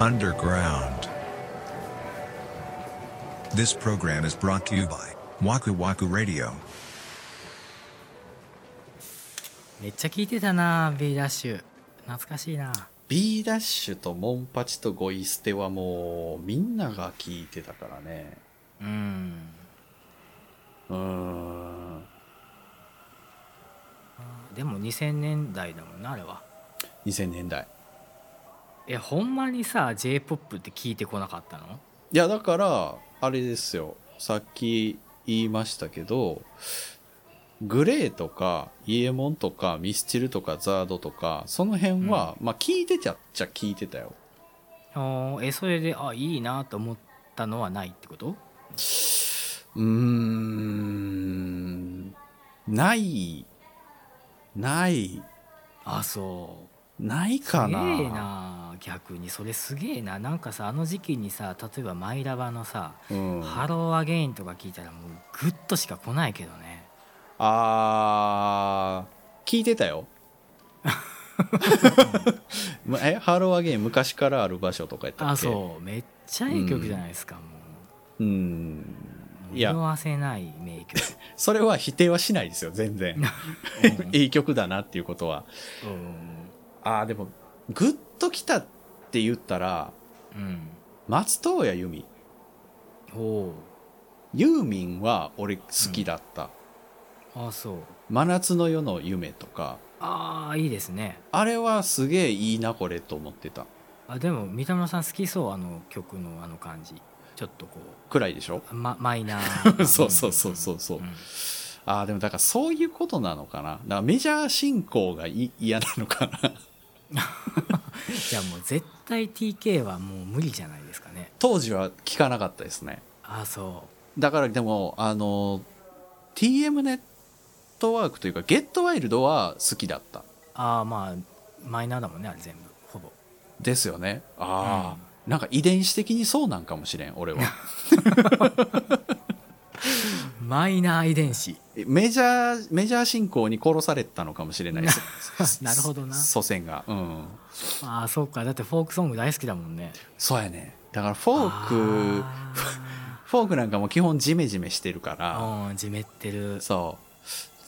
Underground. This program is brought to you by Waku Waku Radio. めっちゃ聞いてたな B ダッシュ懐かしいな B ダッシュとモンパチとゴイステはもうみんなが聞いてたからね。うんうーん。でも2000年代だもんなあれは2000年代。えほんまにさ j p o p って聞いてこなかったのいやだから、あれですよ。さっき言いましたけど、グレーとか、イエモンとか、ミスチルとか、ザードとか、その辺は、まあ聞いてちゃっちゃ聞いてたよ。あーえそれであいいなと思ったのはないってことうーん。ない。ない。あそうないすげかえな。な逆にそれすげえななんかさあの時期にさ例えばマイラバのさうん「ハローアゲイン」とか聞いたらもうグッとしか来ないけどねあー聞いて たよまえハローアゲイン昔からある場所とかやったっけあそうめっちゃいい曲じゃないですか、もううんういや色あせない名曲 それは否定はしないですよ全然うんいい曲だなっていうことはうんああでもグッときたって言ったらうん松任谷由実おユーミンは俺好きだった、おあそう真夏の夜の夢とかあーいいですねあれはすげえいいなこれと思ってたあでも三田村さん好きそうあの曲のあの感じちょっとこくらいでしょう、ま、マイナーな そうそうそうそうそうんああ、でもだからそういうことなのかな。だからメジャー進行がい嫌なのかな。 じゃあもう絶対 TK はもう無理じゃないですかね当時は聞かなかったですね。あそだからでも、あの、TM ネットワークというか、ゲットワイルドは好きだった。うああまあマイナーだもんねあれ全部ほぼですよね。ああ、なんか遺伝子的にそうなんかもしれん、俺 は。マイナー遺伝子メジャー、メジャー進行に殺されたのかもしれ ないです。なるほどな祖先が。うん。ああそうかだってフォークソング大好きだもんねそうやね。だからフォーク、 あフォークなんかも基本ジメジメしてるから。ーうんじめってるそ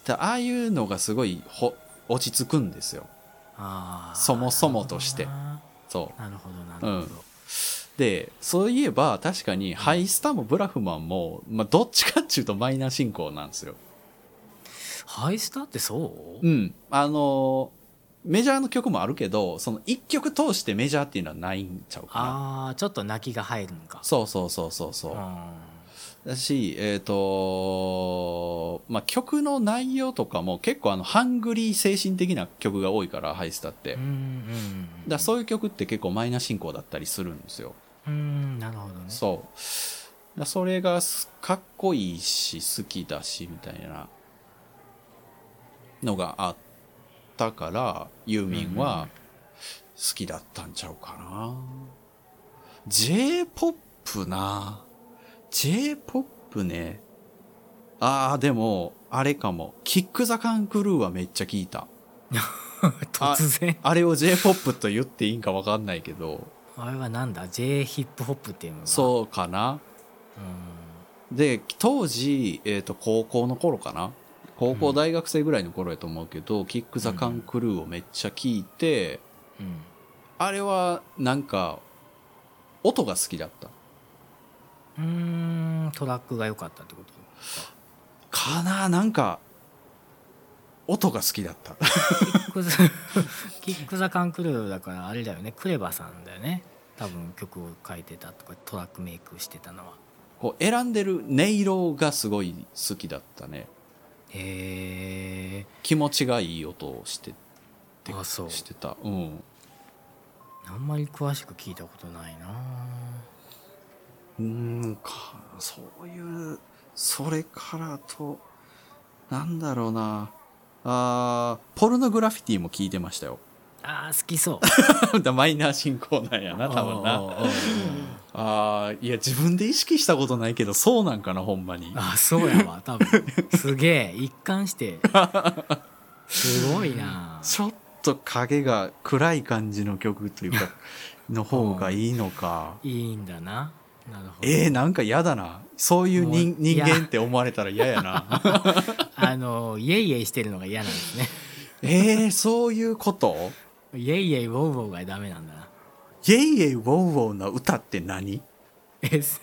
う。だああいうのがすごいほ落ち着くんですよ。あーそもそもとしてなそるほどななるほどなるほど、う。で、そういえば確かにハイスタもブラフマンも、まあ、どっちかっていうとマイナー進行なんですよ。ハイスターってそう、うん。あのーメジャーの曲もあるけど、その一曲通してメジャーっていうのはないんちゃうかな。ああちょっと泣きが入るのかそうそうそうそうそうう。んだし、えっ、とまあ、曲の内容とかも結構あの、ハングリー精神的な曲が多いから、ハイスタって。うんうんだからそういう曲って結構マイナー進行だったりするんですよ。うんなるほどね そう。だからそれがすかっこいいし、好きだし、みたいなのがあったから、ユーミンは好きだったんちゃうかな。J-POP な。J-POP ね。ああ、でも、あれかも。キック・ザ・カン・クルーはめっちゃ聞いた。突然あれを J-POP と言っていいんかわかんないけど、あれはなんだ J ヒップホップっていうのがそうかな。うんで当時、えー、と高校の頃かな高う校ん大学生ぐらいの頃やと思うけど「キック・ザ・カン・クルー」をめっちゃ聞いて、うんあれはなんか音が好きだったうーんトラックが良かった ってことかななんか音が好きだったキ ックザキック・ザ・カン・クルーだからあれだよねクレバさんだよね多分曲を書いてたとかトラックメイクしてたのはこう選んでる音色がすごい好きだったねへえ気持ちがいい音をしててあそうしてたうんあんまり詳しく聞いたことないなうーんかそういうそれからとなんだろうなあーポルノグラフィティも聞いてましたよ あー好きそうマイナー進行なんやな多分おうおうなおうおうあーいや自分で意識したことないけどそうなんかなほんまにあーそうやわ多分すげえ一貫してすごいなちょっと影が暗い感じの曲という かの方がいいのかいいんだななるほどえー、なんか嫌だなそういう人もう人いや間って思われたら嫌やな あのイエイイエイしてるのが嫌なんですねえー、そういうことイエイイエイウォウウォウがダメなんだなイェイイェイウォウウォウの歌って何えす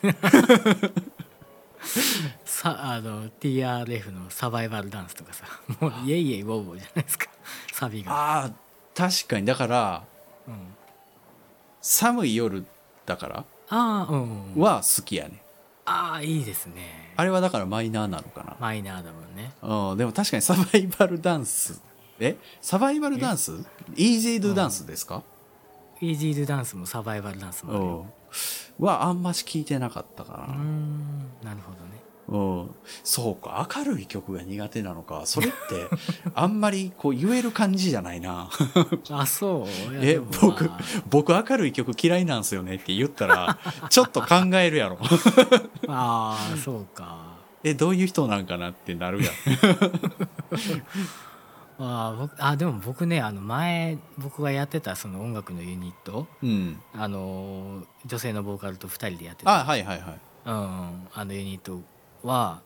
さあの TRF のサバイバルダンスとかさもうイエイイエイウォウウォウじゃないですかサビが、ああ確かにだからうん、寒い夜だからああうん、うん、は好きやねああいいですねあれはだからマイナーなのかなマイナーだもんねうん、でも確かにサバイバルダンス。えサバイバルダンスイージードゥダンスですかイージードゥダンスもサバイバルダンスもあるようんはあんまし聞いてなかったかうーな。んなるほどねうん。そうか、明るい曲が苦手なのか。それって、あんまりこう言える感じじゃないな。あそういやえ、でもまあ僕、僕明るい曲嫌いなんすよねって言ったら、ちょっと考えるやろ。ああそうかえ、どういう人なんかなってなるやん。あー僕あでも僕ねあの前僕がやってたその音楽のユニットうん。あのー女性のボーカルと2人でやってたあ、はいはいはい。うん、あのユニットは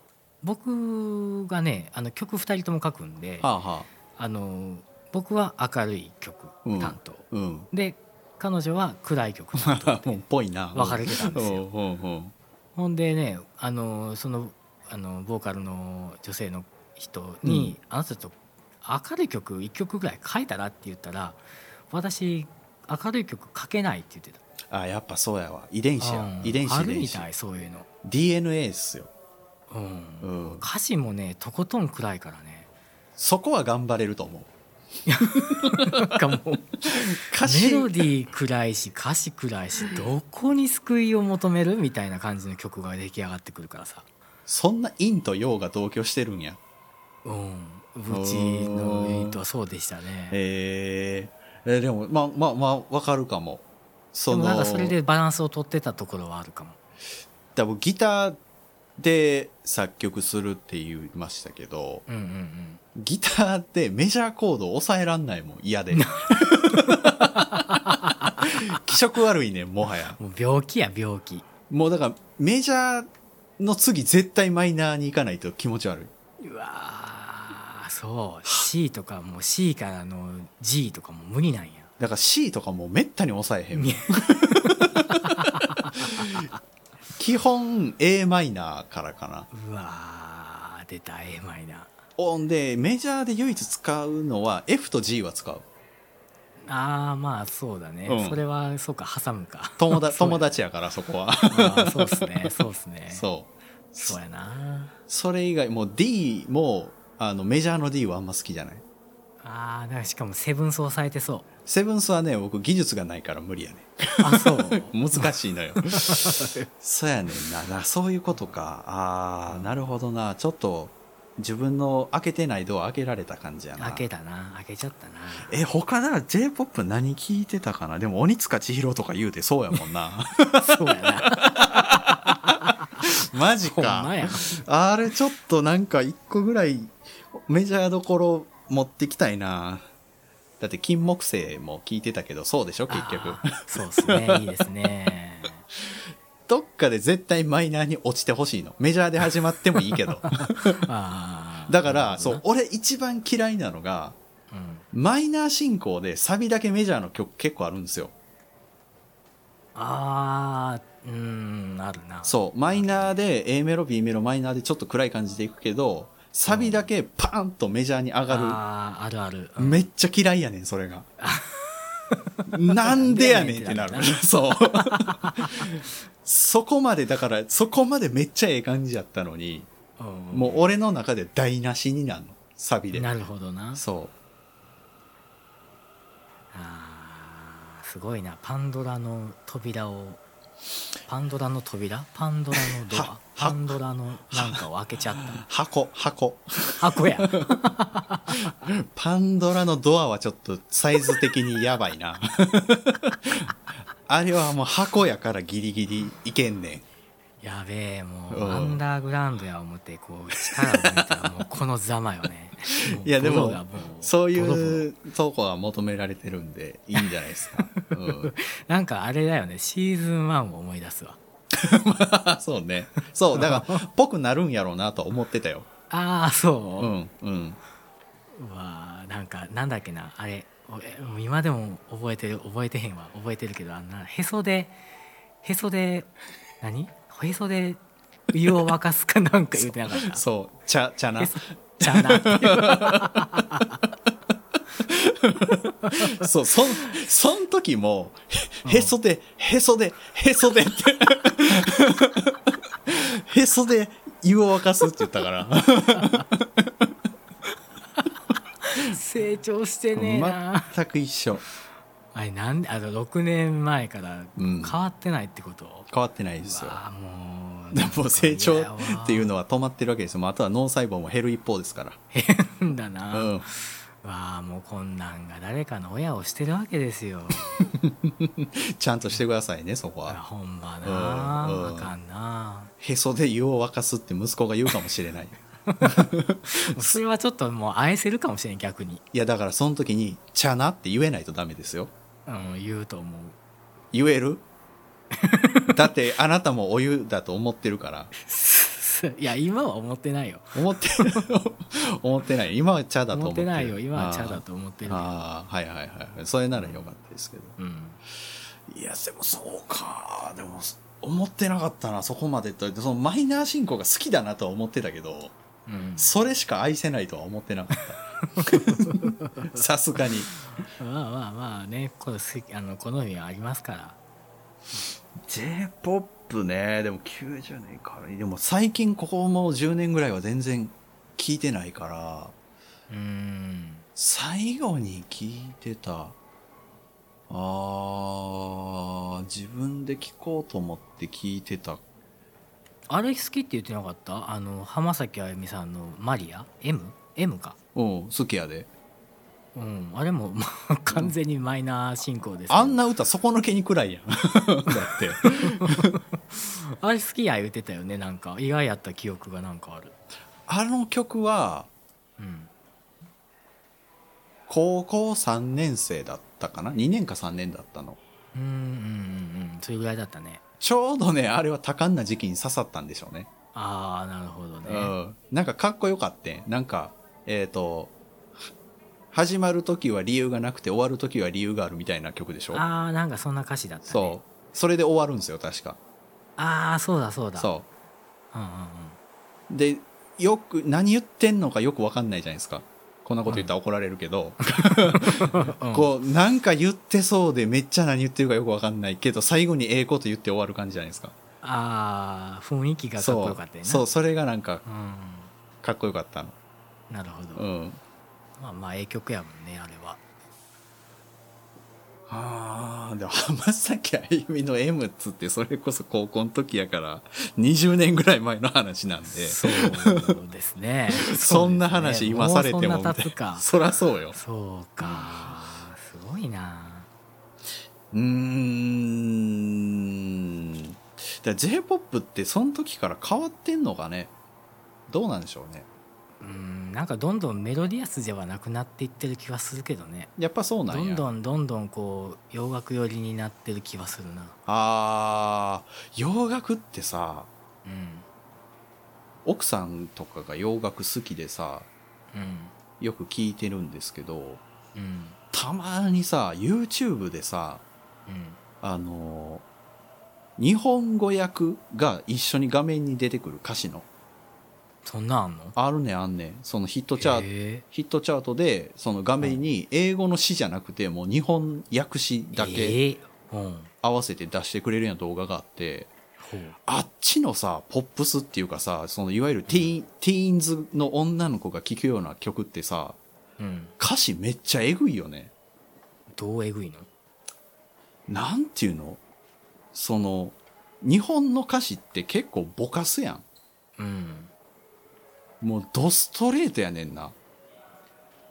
僕がねあの曲2人とも書くんではあはあ。あの僕は明るい曲担当、うん。 で彼女は暗い曲担当 もう、ぽいな。分かれてたんですようんうんうん。ほんでねあのそのあのボーカルの女性の人に、あなたちょっと明るい曲1曲ぐらい書いたら?」って言ったら「私明るい曲書けない」って言ってたあやっぱそうやわ遺伝子やうん遺伝子あ遺る伝み子たいそういうの、 DNA っすよ、う、うんん、歌詞もねとことん暗いからねそこは頑張れると思うなんかも う歌メ詞ロディー暗いし歌詞暗いしどこに救いを求めるみたいな感じの曲が出来上がってくるからさ、そんな陰と陽が同居してるんやうん、うちのユニットはそうでしたねへえー、でもまあまあまあわかるかもでそものなんかそれでバランスを取ってたところはあるかも多分ギターで作曲するって言いましたけどうんうんうんギターってメジャーコード抑えらんないもん嫌で 気色悪いねんもはやもう病気や病気もうだからメジャーの次絶対マイナーに行かないと気持ち悪い。うわーそう C とかもう C からの G とかもう無理なんやだから C とかもうめったに抑えへんもんいや。 基本 a マイナーからかな。うわー出た a マイナーほんで、メジャーで唯一使うのは F と G は使う。あーまあそうだね、うんそれはそうか挟むか友だ そうや友達やからそこ は。あーそうっす ねそうっすねそう。そうやなそれ以外、もう D も、あの、メジャーの D はあんま好きじゃない。あーなんかしかもセブンス抑えてそセブンスはね、僕技術がないから無理やね。うあそう難し いのよそうやねんななそういうことかああなるほどなちょっと自分の開けてないドア開けられた感じやな開けたな開けちゃったな え他なら j p o p 何聞いてたかなでも鬼塚千尋とか言うてそうやも んなそうやなマジほんまかやあれちょっとなんか一個ぐらいメジャーどころ持ってきたいなだって金木犀も聞いてたけどそうでしょ結局あーそうっすねいいです ねどっかで絶対マイナーに落ちてほしいのメジャーで始まってもいいけ どあーだから、なそるう、ほ俺一番嫌いなのが、どなうんマイナー進行でサビだけメジャーの曲結構あるんですよ。あーうんあるなそう、マイナーで A メロ、B メロ、マイナーでちょっと暗い感じでいくけど、サビだけパーンとメジャーに上があーあるある、うる。んめっちゃ嫌いやねん、それが。 なんでやねんってなるなん。 そう。 そこまで、だから、そこまでめっちゃええ感じやったのに、うんもう俺の中で台無しになるの、サビで。なるほどなそう。あーすごいなパンドラの扉をパンドラの扉パンドラのドアはパンドラのなんかを開けちゃった箱、箱。箱 やパンドラのドアはちょっとサイズ的にやばいな。 あれはもう箱やからギリギリいけんねん。やべえもううんアンダーグラウンドや思ってこう力を抜いたらもうこのざまよねいやでもボロがうそういボロボロうとこが求められてるんでいいんじゃないですか、うん、 なんかあれだよねシーズン1を思い出すわ そうねそうだからぽくなるんやろうなと思ってたよああそうう、んうんうわーなんかなんだっけなあれ俺もう今でも覚えてる覚えてへんわ覚えてるけどあんなへそでへそで何へそで湯を沸かすかなんか言うてなかった そう茶茶な へそちゃうなっていうそう、そん、そん時も、へへそで、へそで、へそでって。 へそで湯を沸かすって言ったから。成長してねえな、全く一緒。あれなんであの6年前からうん変わってないってこと、変わってないですうよ。わあもうでも成長っていうののは止まってるわけですよ。まあ、あとは脳細胞も減る一方ですか変だな、ら。うん。わあもうこんなんが誰かの親をしてるわけですよちゃんとしてくださいね、そこいやは。ほんまな、うんうんあかんなへそで湯を沸かすって息子が言うかもしれない。もうそれはちょっともう愛せるかもしれん逆に、いや、だからその時に、ちゃなって言えないとダメですよ。うん、言うと思う 言えるだって、あなたもお湯だと思ってるから。いや今は思ってないよ思って 思ってない今は茶だと思思っっててるないよ今は茶だと思ってるよあーあーはいはいはいそれならよかったですけどうんいやでもそうかでも思ってなかったなそこまでとそのマイナー進行が好きだなとは思ってたけどうんそれしか愛せないとは思ってなかった さすがにまあまあまあねこれ好きあの好みはありますから j p o p ねでも90年からでも最近ここも10年ぐらいは全然聞いてないからうん最後に聞いてた、あー、自分で聞こうと思って聞いてた。あれ好きって言ってなかったあの浜崎あゆみさんの「マリア M?」M かうん、好きやで。うんあれも、まあ、完全にマイナー進行ですけどあんな歌底抜けに暗いやん。 だって。あれ好きや言うてたよねなんか意外やった記憶がなんかあるあの曲は、うん高校3年生だったかな ?2 年か3年だったの。うんうんうんうんそれぐらいだったねちょうどね、あれは多感な時期に刺さったんでしょうね。ああなるほどね、うん。なんかかっこよかってん。なんか、えっ、と、は始まる時は理由がなくて終わる時は理由があるみたいな曲でしょああなんかそんな歌詞だったねそう。それで終わるんですよ、確か。ああそうだそうだそうんうんうんう。で、よく、何言ってんのかよくわかんないじゃないですか。こんなこと言ったら怒られるけど、うんこう、なんか言ってそうで、めっちゃ何言ってるかよくわかんないけど、最後にええこと言って終わる感じじゃないですか。ああ雰囲気がかっこそようかったよ。ねそう、それがなんか、うんかっこよかったの。なるほど、うん。まあまあええ曲やもんねあれはあー、でも浜崎あゆみの M っつって、それこそ高校の時やから、20年ぐらい前の話なんで、そうですね そんな話今されても、うそんなみた経いつかなそらそうよ。そうかすごいなうーん。だ J-POP ってその時から変わってんのかねどうなんでしょうね。うんなんかどんどんメロディアスではなくなっていってる気はするけどねやっぱそうなんどんどや。んどんどんこう洋楽寄りになってる気はするなあー、洋楽ってさ、うん奥さんとかが洋楽好きでさ、うんよく聞いてるんですけど、うんたまにさ、YouTube でさ、うんあのー日本語訳が一緒に画面に出てくる歌詞の。そんなんあんのあるねんあんねん。そのヒットチャートへえヒットチャートでその画面に英語の詩じゃなくてもう日本訳詞だけええうん合わせて出してくれるような動画があってほうあっちのさポップスっていうかさそのいわゆるティーンティーンズの女の子が聴くような曲ってさうん歌詞めっちゃえぐいよねどうえぐいのなんていうのその日本の歌詞って結構ぼかすやうんんもうドストレートやねんな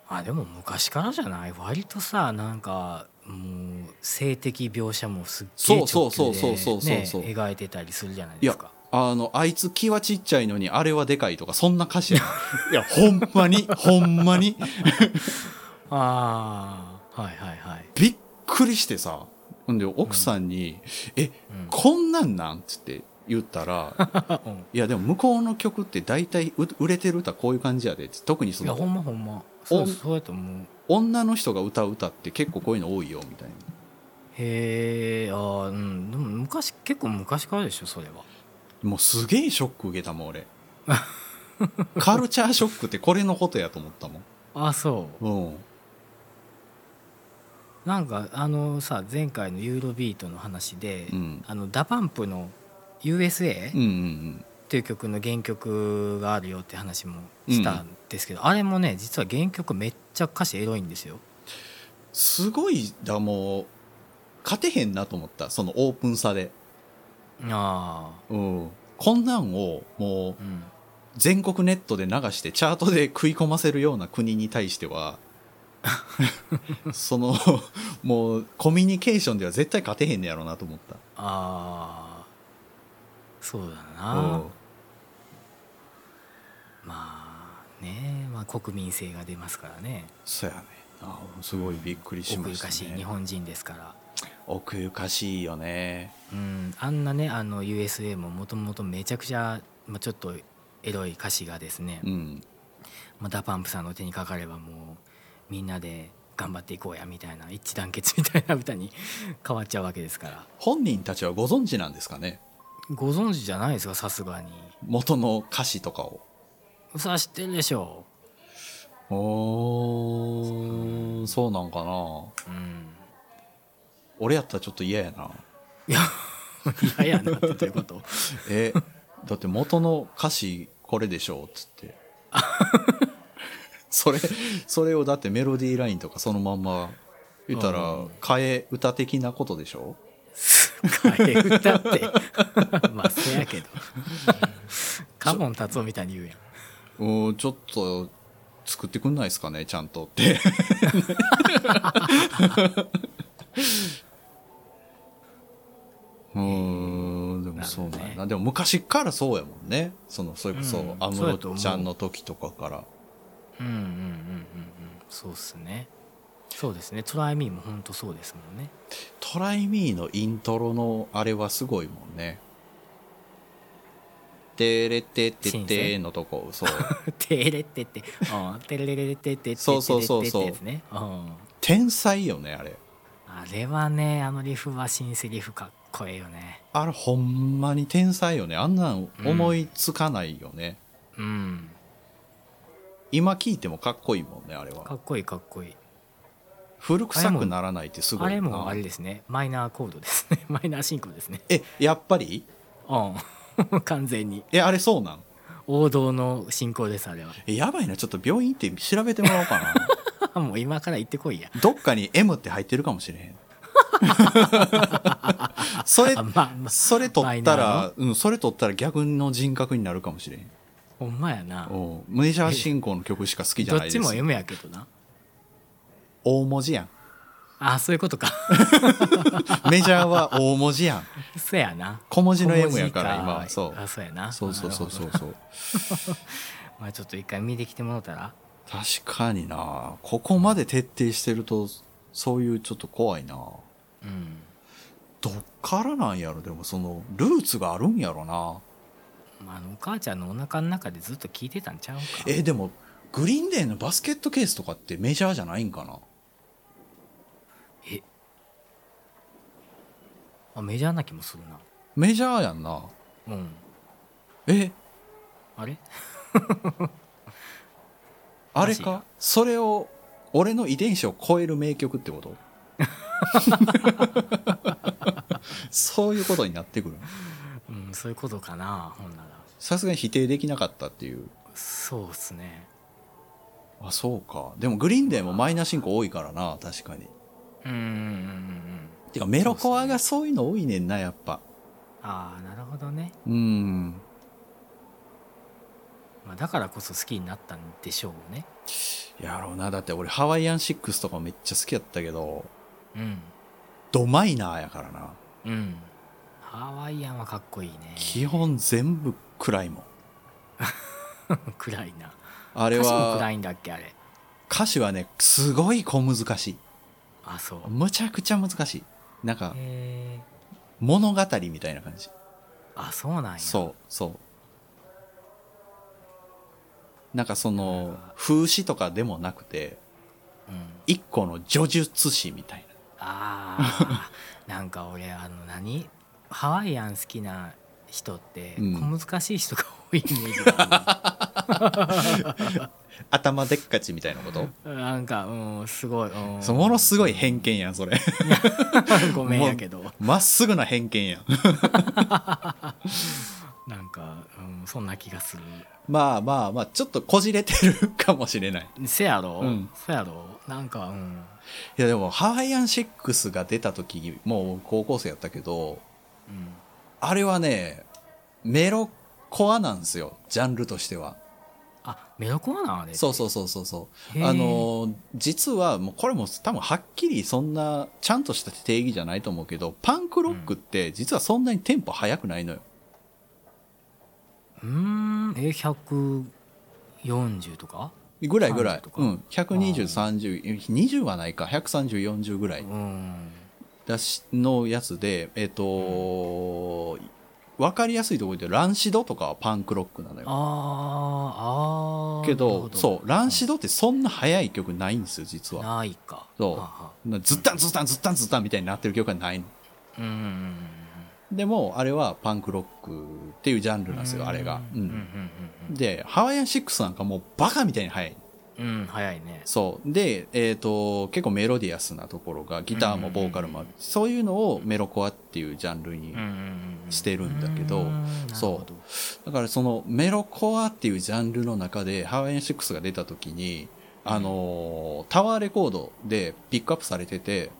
あでも昔からじゃない割とさなんかもう性的描写もすっげえそうそうそうそうそうそう直球でね描いてたりするじゃないいでやすかあの、あいつ気はちっちゃいのに、あれはでかいとか、そんな歌詞やんいや、ほんま に、ほんまに、ああはいはいはい、びっくりしてさ。ほんで、奥さんに、え、うんこんなんなんつって言ったら、うんいや、でも向こうの曲って大体う売れてる歌こういう感じやでって、特にそいやほの、んまほんまそうそうやと思う女の人が歌う歌って結構こういうの多いよ、みたいな。へえああうんでも昔結構昔からでしょそれはもうすげえショック受けたもん、 俺。カルチャーショックってこれのことやと思ったもあそう、ん。うん。なんかあのさ前回のユーロビートの話で、うんあのダパンプの「USA うんう」んうん。っていう曲の原曲があるよって話もしたんですけど、あれもね実は原曲めっちゃ歌詞エロいんですよすごい、だ、もう、勝てへんなと思った、そのオープンさで。あうん。こんなんを、もうあ、うん全国ネットで流してチャートで食い込ませるような国に対してはそのもうコミュニケーションでは絶対勝てへんねやろうなと思ったああそうだうんなまあね、まあ、国民性が出ますからねそうやねあすごいびっくりし奥まゆしかしいた日ね本人ですから。奥ゆかしいよねうん、あんなねあの USA ももともとめちゃくちゃ、まあ、ちょっとエロい歌詞がですね、うんまあ、ダパンプさんの手にかかればもうみんなで頑張っていこうやみたいな一致団結みたいな歌に変わっちゃうわけですから本人たちはご存知なんですかねご存知じゃないですかさすがに元の歌詞とかをさあ知ってるでしょおーそうなんう、かなうん、俺やったらちょっと嫌やないや嫌やなってどういうことえだって元の歌詞これでしょっつって それそれをだってメロディーラインとかそのまんま言ったうらん替え歌的なことでしょ替え歌って まあせやけどカモン達夫みたいに言うやんうんちょっと作ってくんないですかねちゃんとって うーんでもそうなんやなるほなどねでも昔からそうやもんねそのそれこそうん安そうやと室思うちゃんの時とかから。うんうんうんうんうんそうっすねそうですね「トライミーも本当そうですもんね トライミーのイントロのあれはすごいもんね。てれてってシンてセのとこ、そう。 「テレってって」うん「テレレレレテテ」そうそうそうそうテレレレレってやつねうん天才よね、あれ。あれはねあのリフは新セリフかっこええよねあれほんまに天才よね。あんなんうん思いつかないよね。うん今聞いてもかっこいいもんね、あれかは。っこいいかっこいい古臭くならないってすごいあなれもあれですねマイナーコードですね マイナー進行ですねえ、やっぱりうん 完全にえ、あれそうなん王道の進行ですあれは えやばいな。ちょっと病院行って調べてもらおうかな。もう今から行ってこいやどっかに M って入ってるかもしれ へん。それあまあまあそれ取ったマら、うん、それ取ったら逆の人格になるかもしれん。ほんまやなおうメジャー進行の曲しか好きじゃどないっです。ちも M やけどな大文字やあそういうことか ん。メジャーは大文字やん。そうやな小文字の小 M 文や字から今はそあそうやなう。そうそうそうなるそうそう。ほどまあちょっと一回見てきてもらったら確かになここまで徹底してると、そういうちょっと怖いなうんどっからなんやろでもその、ルーツがあるんやろなまあ、あのお母ちゃんのお腹の中でずっと聞いてたんちゃうかえ、でも、グリーンデーのバスケットケースとかってメジャーじゃないんかなえあメジャーな気もするなメジャーやんなうんえ、あれ あマれジやかそれを俺の遺伝子を超える名曲ってこと そういうことになってくるうんそういうことかなほんならさすがに否定できなかったっていうそうっすねあそうかでもグリーンデーもマイナー進行多いからな確かにうんうんうんうんてかメロコアがそういうの多いねんなやっぱああなるほどね、うんまあ、だからこそ好きになったんでしょうねやろうなだって俺ハワイアンシックスとかめっちゃ好きやったけどうんドマイナーやからなうんハワイアンはかっこいいね基本全部暗いもん暗いなああれ暗はいんだっけあれ歌詞はねすごい小難しいあそうむちゃくちゃ難しいなんかへえ物語みたいな感じあそうなんやそうそうなんかその風刺とかでもなくてう、ん、一個の叙述詩みたいあ ーなんか俺あの何ハワイアン好きな人ってうん小難しい人が多いイメージがな頭でっかちみたいなことあ るなんかうんすごいうんそうものすごい偏見やんそれ ごめんやけどまっすぐな偏見やんなんか、うん、そんな気がするまあまあまあちょっとこじれてるかもしれないせやろ、うんせやろなんかうんいやでもハワイアン6が出た時もう高校生やったけどうんあれはねメロコアなんですよジャンルとしてはあメロコアなんあれそうそうそうそうそうへーあの実はもうこれも多分はっきりそんなちゃんとした定義じゃないと思うけどパンクロックって実はそんなにテンポ速くないのよ、うーんえ140とかぐらいぐらい30とかうん1203020はないか13040ぐらういんだしのやつでえっ、とわかりやすいところでランシドとかはパンクロックなのあーあーよけなるどほそうランシドってそんな速い曲ないんですよ実はないかそはうはズッタンズッタンズッタンズッタンみたいになってる曲はないのうんうんうんうんでもあれはパンクロックっていうジャンルなんですよあれが、ううんうんんでハワイアン6なんかもうバカみたいに速いうんうんうん早いねそうで、えー、と結構メロディアスなところがギターもボーカルもある、そういうのをメロコアっていうジャンルに、うんうんうんしてるんだけどうんなるほどそうだからそのメロコアっていうジャンルの中でハワイアン6が出た時にあのータワーレコードでピックアップされててうん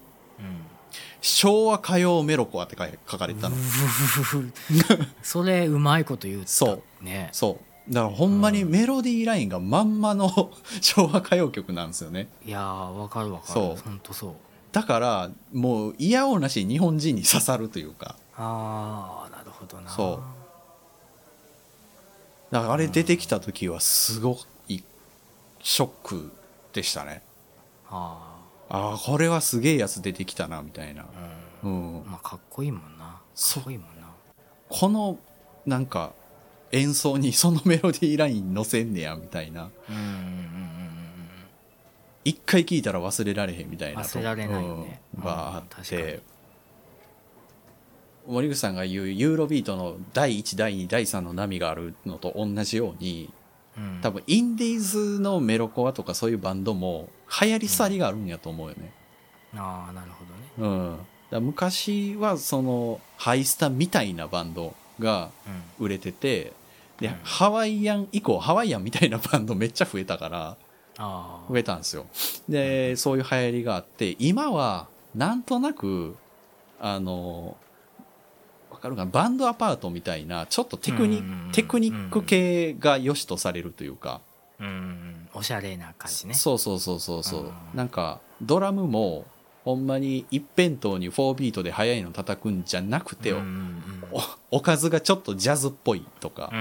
昭和歌謡メロコアって書い書かれてたの、 それうまいこと言うそねそうだからほんまにメロディーラインがまんまの 昭和歌謡曲なんですよねいやーわかるわかるそうほんとそうだからもう嫌おうなしに日本人に刺さるというかああなるほどなそだからあれ出てきた時はすごいショックでしたねあああこれはすげえやつ出てきたなみたいなあ、うんうんまあかっこいいもんなかそうっこいいもんなこのなんか演奏にそのメロディーライン乗せんねやみたいなうんうんうん一回聴いたら忘れられへんみたいな忘れられないよねうんがあうんっ確かにて森口さんが言うユーロビートの第1第2第3の波があるのと同じようにうんうん多分インディーズのメロコアとかそういうバンドも流行り去りがあるんやと思うよね、ああなるほどねうん、だから昔はそのハイスタみたいなバンドがうん売れててで、うんハワイアン以降ハワイアンみたいなバンドめっちゃ増えたからああ増えたんですよでそういう流行りがあって今はなんとなくあのわかるかなバンドアパートみたいなちょっとテクニ,、うんうんうんテクニック系が良しとされるというか、うんうんおしゃれな感じねそうそうそうそうそう、うんなんかドラムもほんまに一辺倒に4ビートで速いの叩くんじゃなくて、うんうんうんおおかずがちょっとジャズっぽいとうか、んうん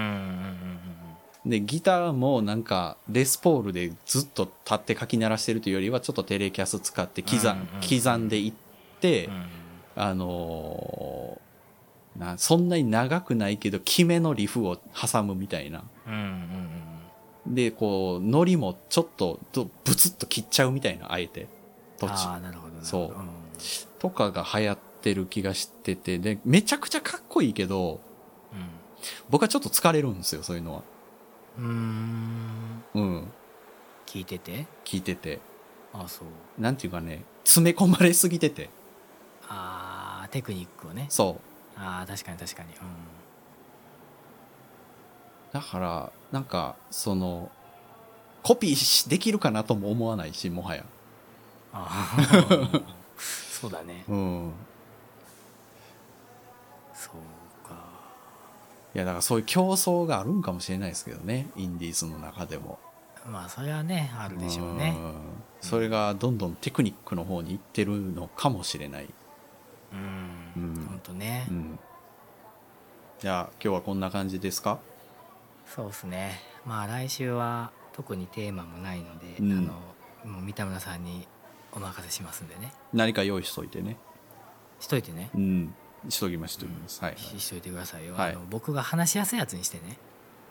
うんでギターもなんかレスポールでずっと立ってかき鳴らしてるというよりはちょっとテレキャス使って刻,、うんうんうん刻んでいって、うんうんあのーなそんなに長くないけど決めのリフを挟むみたいな。うんうんでこうノリもちょっとどブツッと切っちゃうみたいなあえてう途ん中ああなるほどなるほどそうんとかが流行ってる気がしてて、で、めちゃくちゃかっこいいけど、僕はちょっと疲れるんですよ、そういうのは。うんうーんうん。聞いてて聞いてて。ああそうなんていうかね、詰め込まれすぎてて。ああテクニックをねそああ確かに確かにう。だから、なんか、その、コピーしできるかなとも思わないし、もはや。あ あそうだねうん。そうかいや、だからそういう競争があるんかもしれないですけどね、インディーズの中でも。まあそれはねあるでしょうねん。それがどんどんテクニックの方に行ってるのかもしれない。うんうんほんとねうん。じゃあ今日はこんな感じですかそうですねまあ来週は特にテーマもないので、うんあのもう三田村さんにお任せしますんでね何か用意しといてねしといてねうんしときますしときます、はいししといてくださいよ、はいあの僕が話しやすいやつにしてね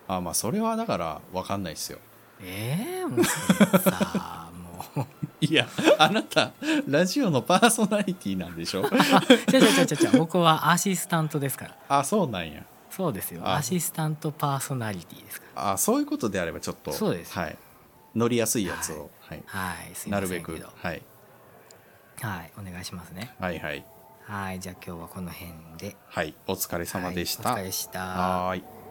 あまあそれはだから分かんないですよええもうさあ もういやあなたラジオのパーソナリティなんでしょ ちゃちゃちゃちゃちゃ僕はアシスタントですからあそうなんやそうですよあアシスタントパーソナリティですからあそういうことであればちょっとそうですはい、乗りやすいやつを、はいはいすいなまるせべんけく、どはい、はいお願いしますねはいはいはいじゃあ今日はこの辺ではいお疲れ様でした、はいお疲れでしたはーい